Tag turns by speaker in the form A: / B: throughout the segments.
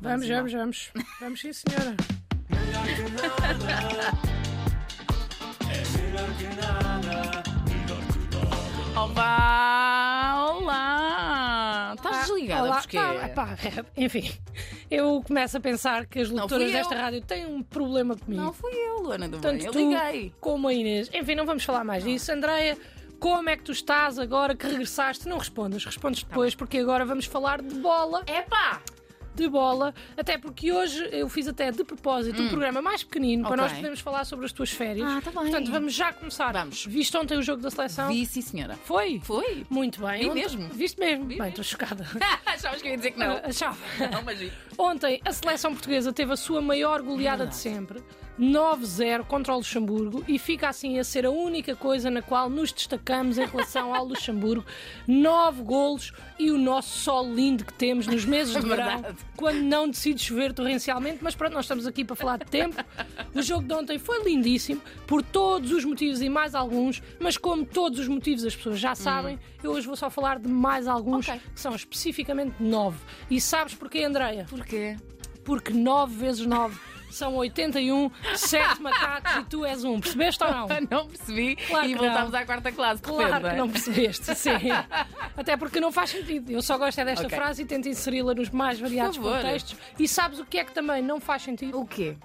A: Vamos,
B: embora.
A: vamos, vamos. Vamos, sim, senhora.
C: Melhor que nada. É melhor que nada. Melhor que nada.
B: Olá! Ah, Olá! Estás desligada,
A: Olá.
B: porquê?
A: Ah, pá, enfim, eu começo a pensar que as
B: Não fui
A: locutoras
B: eu.
A: desta rádio têm um problema comigo.
B: Não fui eu, Luana do Bem.
A: Tanto
B: Eu
A: tu
B: liguei.
A: como a Inês. Enfim, não vamos falar mais disso. Andreia, como é que tu estás agora que regressaste? Não respondas, respondes
B: Tá
A: depois, porque agora vamos falar de bola.
B: Epá!
A: De bola. Até porque hoje eu fiz até de propósito um programa mais pequenino para
B: Hum. Ok.
A: nós podermos falar sobre as tuas férias.
B: Ah, tá bem.
A: Portanto, vamos já começar.
B: Vamos.
A: Viste ontem o jogo da seleção?
B: Vi, sim, senhora.
A: Foi?
B: Foi?
A: Muito bem.
B: Vi
A: Ontem-
B: mesmo.
A: Viste mesmo?
B: Vi
A: bem,
B: mesmo.
A: estou chocada.
B: Achavas que eu ia dizer que não.
A: Ah, Tchau.
B: Não, mas vi.
A: Ontem a seleção portuguesa teve a sua maior goleada de sempre, 9-0 contra o Luxemburgo, e fica assim a ser a única coisa na qual nos destacamos em relação ao Luxemburgo. Nove golos e o nosso sol lindo que temos nos meses de verão,
B: Verdade.
A: quando não decide chover torrencialmente, mas pronto, nós estamos aqui para falar de tempo. O jogo de ontem foi lindíssimo, por todos os motivos e mais alguns, mas como todos os motivos as pessoas já sabem, eu hoje vou só falar de mais alguns,
B: Hum. Ok.
A: que são especificamente nove. E sabes porquê, Andreia?
B: Porquê?
A: porque 9 vezes 9 são 81, 7 macacos e tu és um. Percebeste ou não?
B: Não percebi
A: Claro
B: e
A: que
B: voltámos
A: não.
B: à quarta classe. de
A: Claro
B: repente,
A: que
B: não
A: não
B: é?
A: percebeste, sim. Até porque não faz sentido. Eu só gosto é desta
B: Ok.
A: frase e tento inseri-la nos mais variados
B: favor.
A: contextos. E sabes o que é que também não faz sentido?
B: O quê?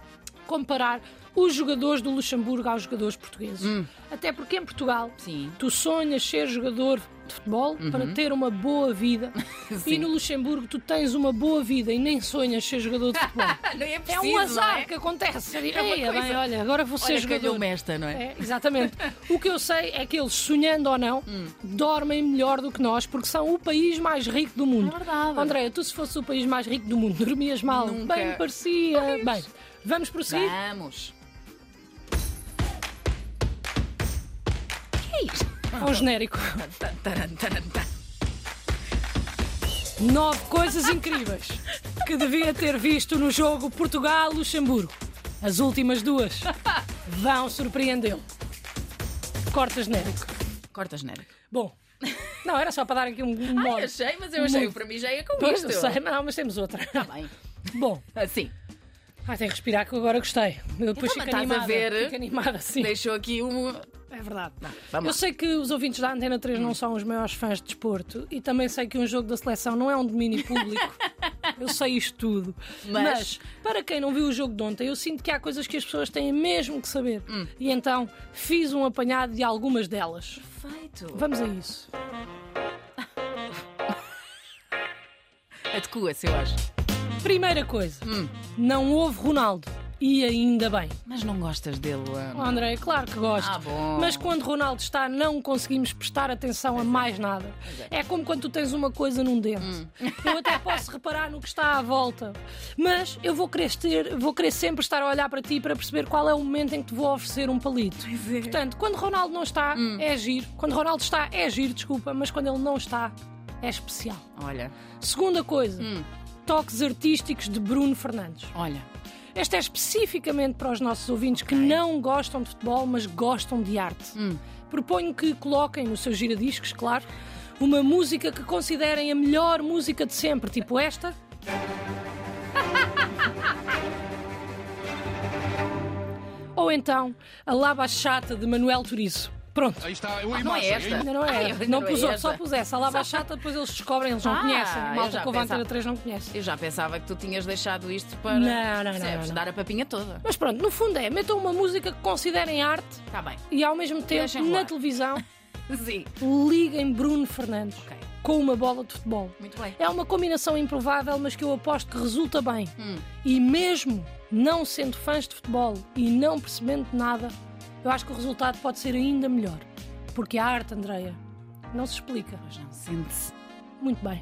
A: Comparar os jogadores do Luxemburgo aos jogadores portugueses. Até porque em Portugal
B: Hum. Sim. Uhum.
A: tu sonhas ser jogador de futebol para ter uma boa vida.
B: Sim.
A: E no Luxemburgo tu tens uma boa vida e nem sonhas ser jogador de futebol.
B: Nem é
A: É
B: preciso,
A: um azar
B: não é?
A: que acontece.
B: É uma
A: Ei,
B: coisa-
A: bem, olha, agora vou ser
B: Olha,
A: jogador.
B: calhou-me esta, não é?
A: É, exatamente. o que eu sei é que eles, sonhando ou não,
B: Hum.
A: dormem melhor do que nós, porque são o país mais rico do mundo.
B: É verdade.
A: Andréia, tu se fosse o país mais rico do mundo, dormias mal.
B: Nunca.
A: Bem me parecia. Bem, vamos prosseguir?
B: Vamos. Que é isto?
A: É um genérico.
B: Tan, taran, taran, tan.
A: Nove coisas incríveis que devia ter visto no jogo Portugal-Luxemburgo. As últimas duas vão surpreendê-lo. Corta genérico.
B: Corta genérico.
A: Bom, não, era só para dar aqui um um modo.
B: Ai, achei, mas Ah, eu achei.
A: Muito.
B: Para mim já ia com
A: Pois,
B: isto.
A: eu sei, não, mas temos outra. Ah,
B: Bem,
A: Bom,
B: assim,
A: ai, tem que respirar que eu agora gostei. Eu depois fico
B: Então, mas estás a
A: animada.
B: ver?
A: Fico animada, sim.
B: deixou aqui um.
A: É verdade.
B: vamos
A: eu
B: lá.
A: sei que os ouvintes da Antena 3 não são os maiores fãs de desporto e também sei que um jogo da seleção não é um domínio público. eu sei isto tudo. Mas...
B: Mas-
A: para quem não viu o jogo de ontem, eu sinto que há coisas que as pessoas têm mesmo que saber.
B: Hum.
A: E então fiz um apanhado de algumas delas.
B: Perfeito.
A: Vamos a isso.
B: Adequa-se, eu acho.
A: Primeira coisa:
B: Hum.
A: não houve Ronaldo. E ainda bem.
B: Mas não gostas dele,
A: Oh,
B: Luana?
A: André, claro que gosto.
B: Hum. Ah, bom.
A: Mas quando Ronaldo está, não conseguimos prestar atenção a mais nada. É como quando tu tens uma coisa num dente.
B: Hum.
A: Eu até posso reparar no que está à volta. Mas eu vou querer, ter- vou querer sempre estar a olhar para ti para perceber qual é o momento em que te vou oferecer um palito.
B: é.
A: Portanto, quando Ronaldo não está,
B: Hum.
A: é giro. Quando Ronaldo está, é giro, desculpa. Mas quando ele não está, é especial.
B: Olha,
A: Segunda coisa.
B: Hum.
A: Toques artísticos de Bruno Fernandes.
B: olha.
A: Esta é especificamente para os nossos ouvintes que não gostam de futebol, mas gostam de arte.
B: Hum.
A: Proponho que coloquem nos seus giradiscos, claro, uma música que considerem a melhor música de sempre, tipo esta. Ou então a Laba Chata de Manuel Turizo. Pronto.
C: Aí está, eu
B: Não é esta.
A: Ainda não
B: Ah,
A: é.
B: eu ainda
A: não
B: não
A: pus
B: é
A: outro, só
B: essa.
A: pus essa. A Laba Chata, depois eles descobrem, eles não
B: Ah,
A: conhecem.
B: eu
A: A
B: já
A: malta com a
B: pensava.
A: Vantara 3 não conhece.
B: Eu já pensava que tu tinhas deixado isto para.
A: Não, não, não,
B: percebes,
A: não.
B: dar a papinha toda.
A: Mas pronto, no fundo é, metam uma música que considerem arte
B: Está Tá bem.
A: e ao mesmo tempo
B: Deixem
A: na
B: rolar.
A: televisão
B: Sim.
A: liguem Bruno Fernandes
B: Ok.
A: com uma bola de futebol.
B: Muito bem.
A: É uma combinação improvável, mas que eu aposto que resulta bem. E mesmo não sendo fãs de futebol e não percebendo nada, eu acho que o resultado pode ser ainda melhor. Porque a arte, Andreia, não se explica.
B: Mas não sente-se.
A: Muito bem.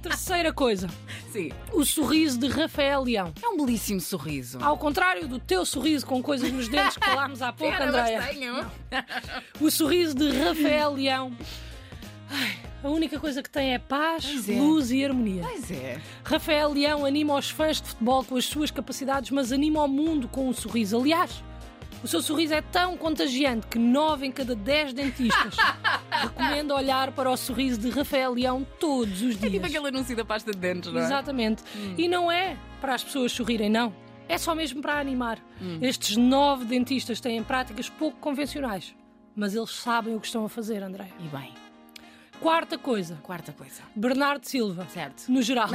A: Terceira coisa,
B: Sim.
A: o sorriso de Rafael Leão.
B: É um belíssimo sorriso.
A: Ao contrário do teu sorriso com coisas nos dentes que falámos há pouco,
B: Era,
A: Andreia.
B: mas tenho.
A: O sorriso de Rafael Leão. Ai, a única coisa que tem é paz,
B: Pois é.
A: luz e harmonia.
B: Pois é.
A: Rafael Leão anima os fãs de futebol com as suas capacidades, mas anima o mundo com um sorriso. Aliás, o seu sorriso é tão contagiante que 9 em cada 10 dentistas Recomendo olhar para o sorriso de Rafael Leão todos os
B: É tipo
A: dias.
B: aquele anúncio da pasta de dentes, não é?
A: Exatamente. E não é para as pessoas sorrirem, não. É só mesmo para animar.
B: Hum.
A: Estes nove dentistas têm práticas pouco convencionais, mas eles sabem o que estão a fazer, Andréia.
B: E bem,
A: Quarta coisa,
B: quarta coisa.
A: Bernardo Silva.
B: Certo.
A: No geral.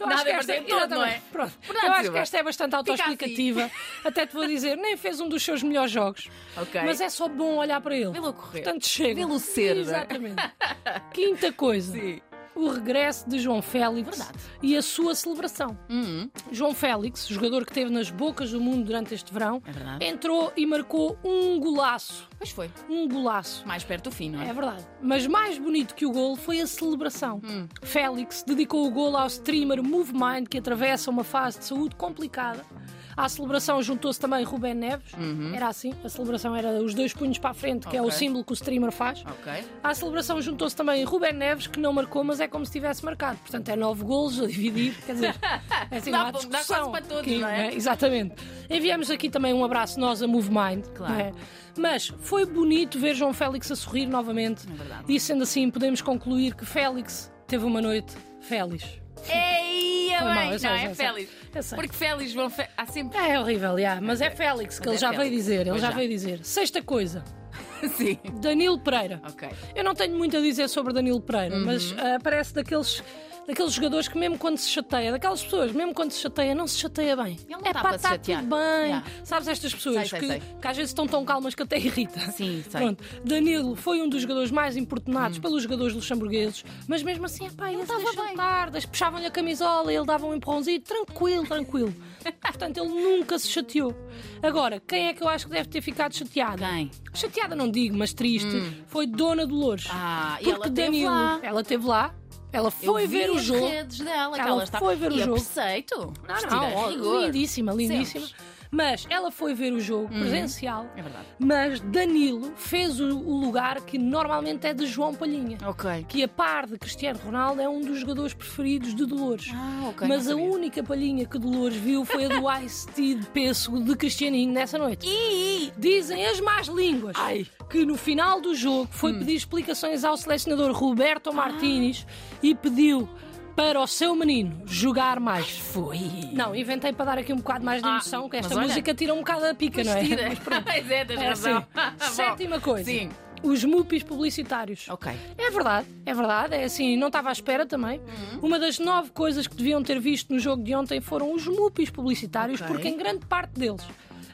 A: Eu
B: Nada
A: acho que
B: é
A: esta,
B: perder todo,
A: exatamente.
B: não é?
A: Pronto.
B: Bernardo
A: Eu acho que
B: Silva. assim.
A: esta é bastante autoexplicativa. Até te vou dizer, nem fez um dos seus melhores jogos.
B: Ok.
A: Mas é só bom olhar para ele.
B: Vê-lo a correr.
A: Portanto, chega.
B: Vê-lo ser, não é?
A: Exatamente. Quinta coisa.
B: Sim.
A: O regresso de João Félix
B: Verdade.
A: e a sua celebração.
B: Uhum.
A: João Félix, jogador que teve nas bocas do mundo durante este verão,
B: É verdade.
A: entrou e marcou um golaço.
B: Pois foi.
A: Um golaço.
B: Mais perto do fim, não é?
A: É verdade. Mas mais bonito que o gol foi a celebração.
B: Hum.
A: Félix dedicou o gol ao streamer MoveMind, que atravessa uma fase de saúde complicada. À celebração juntou-se também Rubén Neves. Era assim, a celebração era os dois punhos para a frente, que é o
B: Uhum. Ok.
A: símbolo que o streamer faz.
B: Ok.
A: À celebração juntou-se também Rubén Neves, que não marcou, mas é como se tivesse marcado. Portanto, é nove golos a dividir, quer dizer, é assim,
B: Dá
A: não há
B: pa- dá
A: discussão.
B: quase para todos,
A: Que,
B: não é?
A: né? Exatamente. Enviamos aqui também um abraço nós a MoveMind.
B: Claro.
A: né? Mas foi bonito ver João Félix a sorrir novamente.
B: É verdade.
A: E sendo assim, podemos concluir que Félix teve uma noite feliz.
B: Ei, é
A: Foi mal,
B: bem.
A: eu sei,
B: não,
A: eu
B: é
A: sei.
B: Félix.
A: Eu sei.
B: Porque Félix vão. Fe... Há sempre.
A: É horrível, já, mas é Félix, que ele
B: Mas é
A: já veio
B: Félix.
A: dizer. Ele
B: Pois
A: já
B: já.
A: veio dizer. Sexta coisa,
B: Sim.
A: Danilo Pereira.
B: Ok. Uhum.
A: Eu não tenho muito a dizer sobre Danilo Pereira, mas ah, parece daqueles, daqueles jogadores que mesmo quando se chateia, daquelas pessoas, mesmo quando se chateia, não se chateia bem.
B: Ele não
A: é
B: tá
A: pá,
B: para se
A: tá
B: chatear.
A: tudo bem.
B: Yeah.
A: Sabes estas pessoas
B: Sei,
A: que,
B: sei,
A: que às vezes estão tão calmas que até irrita.
B: Sim, sei. Hum.
A: Pronto. Danilo foi um dos jogadores mais importunados pelos jogadores luxemburgueses, mas mesmo assim, é pá, ele
B: tava
A: estava
B: bem.
A: bem. Tardas, puxavam-lhe a camisola, ele dava um empurrãozinho, tranquilo, tranquilo. Portanto, ele nunca se chateou. Agora, quem é que eu acho que deve ter ficado chateada?
B: Quem?
A: Chateada não digo, mas triste, foi Dona Dolores.
B: Hum. Ah, e
A: porque
B: ela teve
A: Danilo,
B: lá.
A: ela teve lá, ela
B: Eu
A: foi
B: vi
A: ver o
B: as
A: jogo.
B: redes dela, que
A: Ela
B: ela, está...
A: foi ver o
B: e
A: jogo.
B: Aceito.
A: Não, não, ó, lindíssima, lindíssima. Mas ela foi ver o jogo presencial.
B: É verdade.
A: Mas Danilo fez o, o lugar que normalmente é de João Palhinha.
B: Ok.
A: Que a par de Cristiano Ronaldo é um dos jogadores preferidos de Dolores.
B: Ah, ok,
A: Mas
B: não
A: a
B: sabia.
A: única palhinha que Dolores viu foi a do Ice-T de pêssego de Cristianinho nessa noite.
B: E
A: Dizem as más línguas
B: Ai. Hum.
A: que no final do jogo foi pedir explicações ao selecionador Roberto Martínez e pediu para o seu menino jogar mais.
B: foi.
A: Não, inventei para dar aqui um bocado mais de
B: Ah,
A: emoção, que esta
B: mas olha,
A: música tira um bocado a pica, não é?
B: Tira. Pois é, tens
A: É assim.
B: razão. Bom.
A: Sétima coisa.
B: Sim.
A: Os mupis publicitários.
B: Ok.
A: É verdade, é verdade, é assim, não estava à espera também. Uma das nove coisas que deviam ter visto no jogo de ontem foram os mupis publicitários,
B: Ok.
A: porque em grande parte deles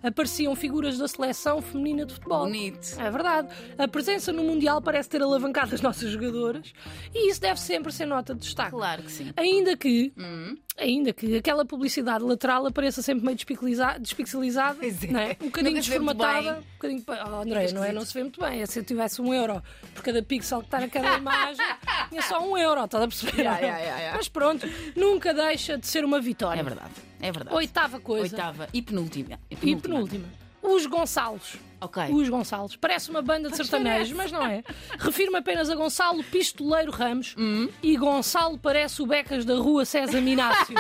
A: apareciam figuras da seleção feminina de futebol.
B: Bonito.
A: É verdade. A presença no Mundial parece ter alavancado as nossas jogadoras e isso deve sempre ser nota de destaque.
B: Claro que sim.
A: Ainda que,
B: Hum.
A: ainda que aquela publicidade lateral apareça sempre meio despixeliza- despixelizada,
B: Pois é.
A: não é? um bocadinho
B: Nunca se vê muito
A: desformatada.
B: bem.
A: Um bocadinho... pa- Oh, André, não é? Não se vê muito bem. É se eu tivesse um euro por cada pixel que está naquela imagem, tinha só um euro, estás a perceber?
B: Yeah, yeah, yeah, yeah.
A: Mas pronto, nunca deixa de ser uma vitória.
B: É verdade. É verdade.
A: Oitava coisa
B: Oitava e penúltima.
A: e penúltima. Os Gonçalos.
B: Ok.
A: Os Gonçalos. Parece uma banda de sertanejos, mas não é. Refiro-me apenas a Gonçalo Pistoleiro Ramos
B: Hum.
A: e Gonçalo parece o Becas da Rua César Minácio.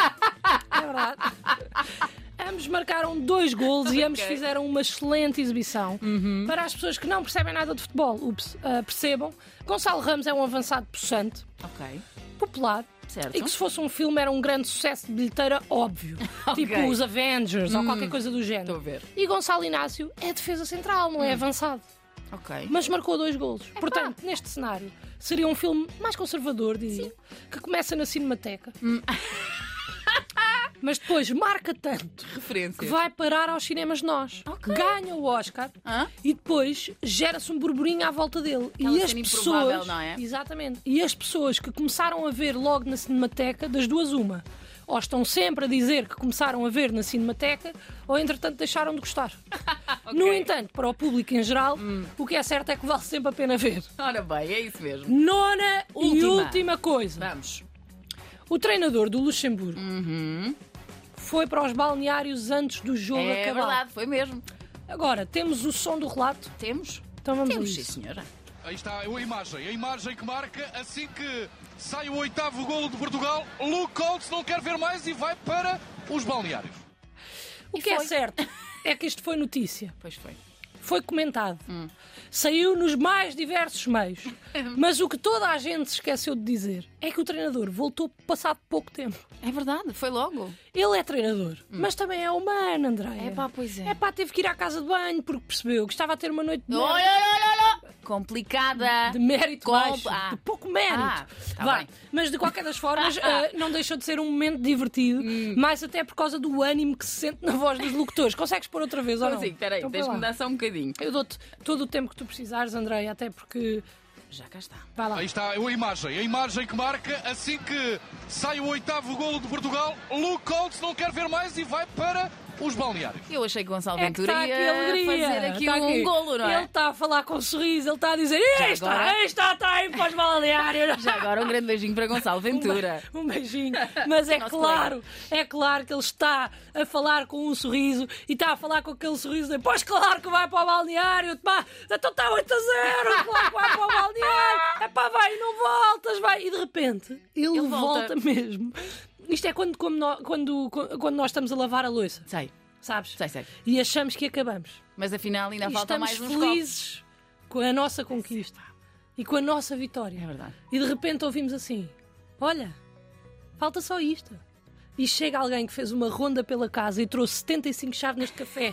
A: é verdade. Ambos marcaram dois gols e ambos
B: Ok. Uhum.
A: fizeram uma excelente exibição. Para as pessoas que não percebem nada de futebol, ups, ah, percebam, Gonçalo Ramos é um avançado possante,
B: Ok.
A: popular.
B: Certo.
A: E É que se fosse um filme era um grande sucesso de bilheteira, óbvio.
B: Ok. Hum.
A: Tipo os Avengers ou qualquer coisa do género.
B: Estou a ver.
A: E Gonçalo Inácio é defesa central, não é avançado.
B: Ok.
A: Mas marcou dois golos. Portanto, neste cenário, seria um filme mais conservador, diria, que começa na Cinemateca. Mas depois marca tanto
B: Referência.
A: que vai parar aos cinemas de nós.
B: Ok.
A: Ganha o Oscar
B: Hã?
A: e depois gera-se um burburinho à volta dele.
B: Aquela
A: e as
B: cena improvável,
A: pessoas.
B: não é?
A: Exatamente. E as pessoas que começaram a ver logo na Cinemateca, das duas, uma. Ou estão sempre a dizer que começaram a ver na Cinemateca, ou entretanto deixaram de gostar. No entanto, para o público em geral,
B: Hum.
A: o que é certo é que vale sempre a pena ver.
B: Ora bem, é isso mesmo.
A: Nona e
B: Última.
A: última coisa.
B: Vamos.
A: O treinador do Luxemburgo foi para os balneários antes do jogo
B: Uhum. É
A: acabar.
B: verdade, foi mesmo.
A: Agora, temos o som do relato,
B: Temos?
A: então vamos a
B: Temos,
A: isso.
B: sim, senhora.
D: Aí está a imagem, a imagem que marca assim que sai o oitavo golo de Portugal. Luke Holtz não quer ver mais e vai para os balneários.
A: O que é certo é que isto foi notícia.
B: Pois foi.
A: foi comentado.
B: Hum.
A: Saiu nos mais diversos meios.
B: É.
A: Mas o que toda a gente se esqueceu de dizer é que o treinador voltou passado pouco tempo.
B: É verdade, foi logo.
A: Ele é treinador, mas também é humano, André.
B: Epá, pois Hum. é.
A: É pá, teve que ir à casa de banho porque percebeu que estava a ter uma noite de
B: Olha,
A: merda.
B: olha, olha, olha. Complicada.
A: De mérito
B: Com-
A: baixo,
B: Ah.
A: de pouco mérito.
B: Ah, tá
A: Vá.
B: bem.
A: Mas de qualquer das formas, eh, não deixou de ser um momento divertido,
B: Hum.
A: mais até por causa do ânimo que se sente na voz dos locutores. Consegues pôr outra vez ou não?
B: Consigo, peraí,
A: Então, vá
B: tens que
A: lá.
B: me dar só um bocadinho.
A: Eu dou-te todo o tempo que tu precisares, Andrei, até porque.
B: Já cá está.
A: Vai lá.
D: Aí está a imagem, a imagem que marca assim que sai o oitavo golo de Portugal. Luke Coates não quer ver mais e vai para os balneários.
B: Eu achei que Gonçalo
A: É que
B: Ventura
A: está aqui
B: ia
A: a alegria.
B: fazer aqui
A: Está
B: um golo, não é?
A: Ele está a falar com um sorriso, ele está a dizer:
B: Já
A: Isto,
B: agora-
A: isto está aí para os balneários.
B: Já agora um grande beijinho para Gonçalo Ventura.
A: Um beijinho. Mas é
B: Nosso
A: claro, é claro que ele está a falar com um sorriso e está a falar com aquele sorriso de pois claro que vai para o balneário, pá, então está 8 a 0, claro que vai para o balneário, é pá, vai e não voltas, vai. E de repente ele,
B: Ele volta.
A: volta. mesmo. Isto é quando, como nó- quando, quando, nós estamos a lavar a louça,
B: Sei,
A: sabes?
B: sei, sei.
A: E achamos que acabamos.
B: Mas afinal ainda
A: E
B: falta
A: estamos
B: mais uns copos.
A: felizes com a nossa conquista e com a nossa vitória.
B: É verdade.
A: E de repente ouvimos assim: Olha, falta só isto. E chega alguém que fez uma ronda pela casa e trouxe 75 chávenas de café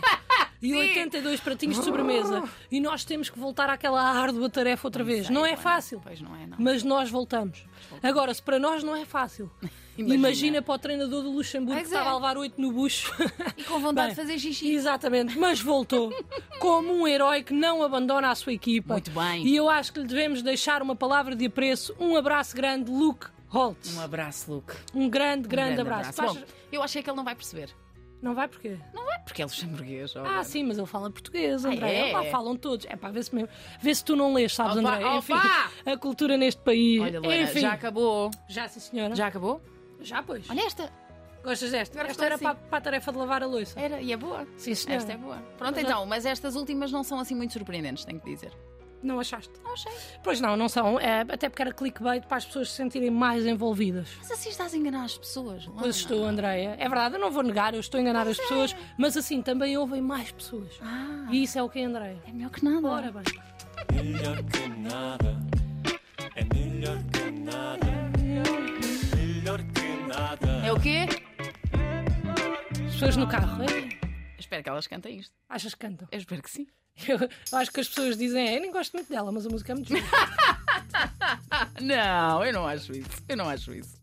A: e 82 pratinhos de sobremesa. E nós temos que voltar àquela árdua tarefa outra vez.
B: Sei,
A: Não é
B: Joana.
A: fácil,
B: Pois não é, não.
A: mas nós voltamos. Agora, se para nós não é fácil,
B: Imagina.
A: imagina, para o treinador do Luxemburgo
B: Pois
A: que estava
B: é.
A: a levar oito no bucho.
B: E com vontade
A: Bem,
B: de fazer xixi.
A: Exatamente, mas voltou como um herói que não abandona a sua equipa.
B: Muito bem.
A: E eu acho que lhe devemos deixar uma palavra de apreço, um abraço grande, Luke Holtz.
B: Um abraço, Luke. Um
A: Um grande, grande, abraço. Tu
B: Bom,
A: achas-
B: eu achei que ele não vai perceber.
A: Não vai porquê?
B: Não vai, porque é luxemburguês.
A: Ah, sim, mas ele fala português, André.
B: é?
A: Ele Lá falam todos. É pá, vê se, mesmo, vê se tu não lês, sabes,
B: Opa,
A: André? Enfim,
B: opa!
A: a cultura neste país.
B: Olha, Luana,
A: Enfim,
B: já acabou.
A: já sim, senhora.
B: Já acabou?
A: Já, pois.
B: Olha esta.
A: Gostas desta?
B: Agora
A: Esta
B: estou
A: era
B: assim.
A: para, para a tarefa de lavar a louça.
B: Era, e é boa.
A: Sim, senhora.
B: Esta é boa. Pronto, então, mas estas últimas não são assim muito surpreendentes, tenho que dizer.
A: Não achaste?
B: Não achei.
A: Pois não, não são. É, até porque era clickbait para as pessoas se sentirem mais envolvidas.
B: Mas assim estás a enganar as pessoas. é? Luana.
A: Pois estou, Andreia. É verdade, eu não vou negar, eu estou a enganar as pessoas,
B: é.
A: mas assim também ouvem mais pessoas.
B: Ah,
A: E isso é o que é, Andreia.
B: é melhor que nada.
A: Ora bem.
C: Melhor que nada. É melhor que nada. Melhor que nada.
B: É o quê?
A: As pessoas no carro, é?
B: Eu espero que elas cantem isto.
A: Achas que cantam?
B: Eu espero que sim.
A: Eu acho que as pessoas dizem, "É, eu nem gosto muito dela, mas a música é muito gira.
B: Não, eu não acho isso. Eu não acho isso.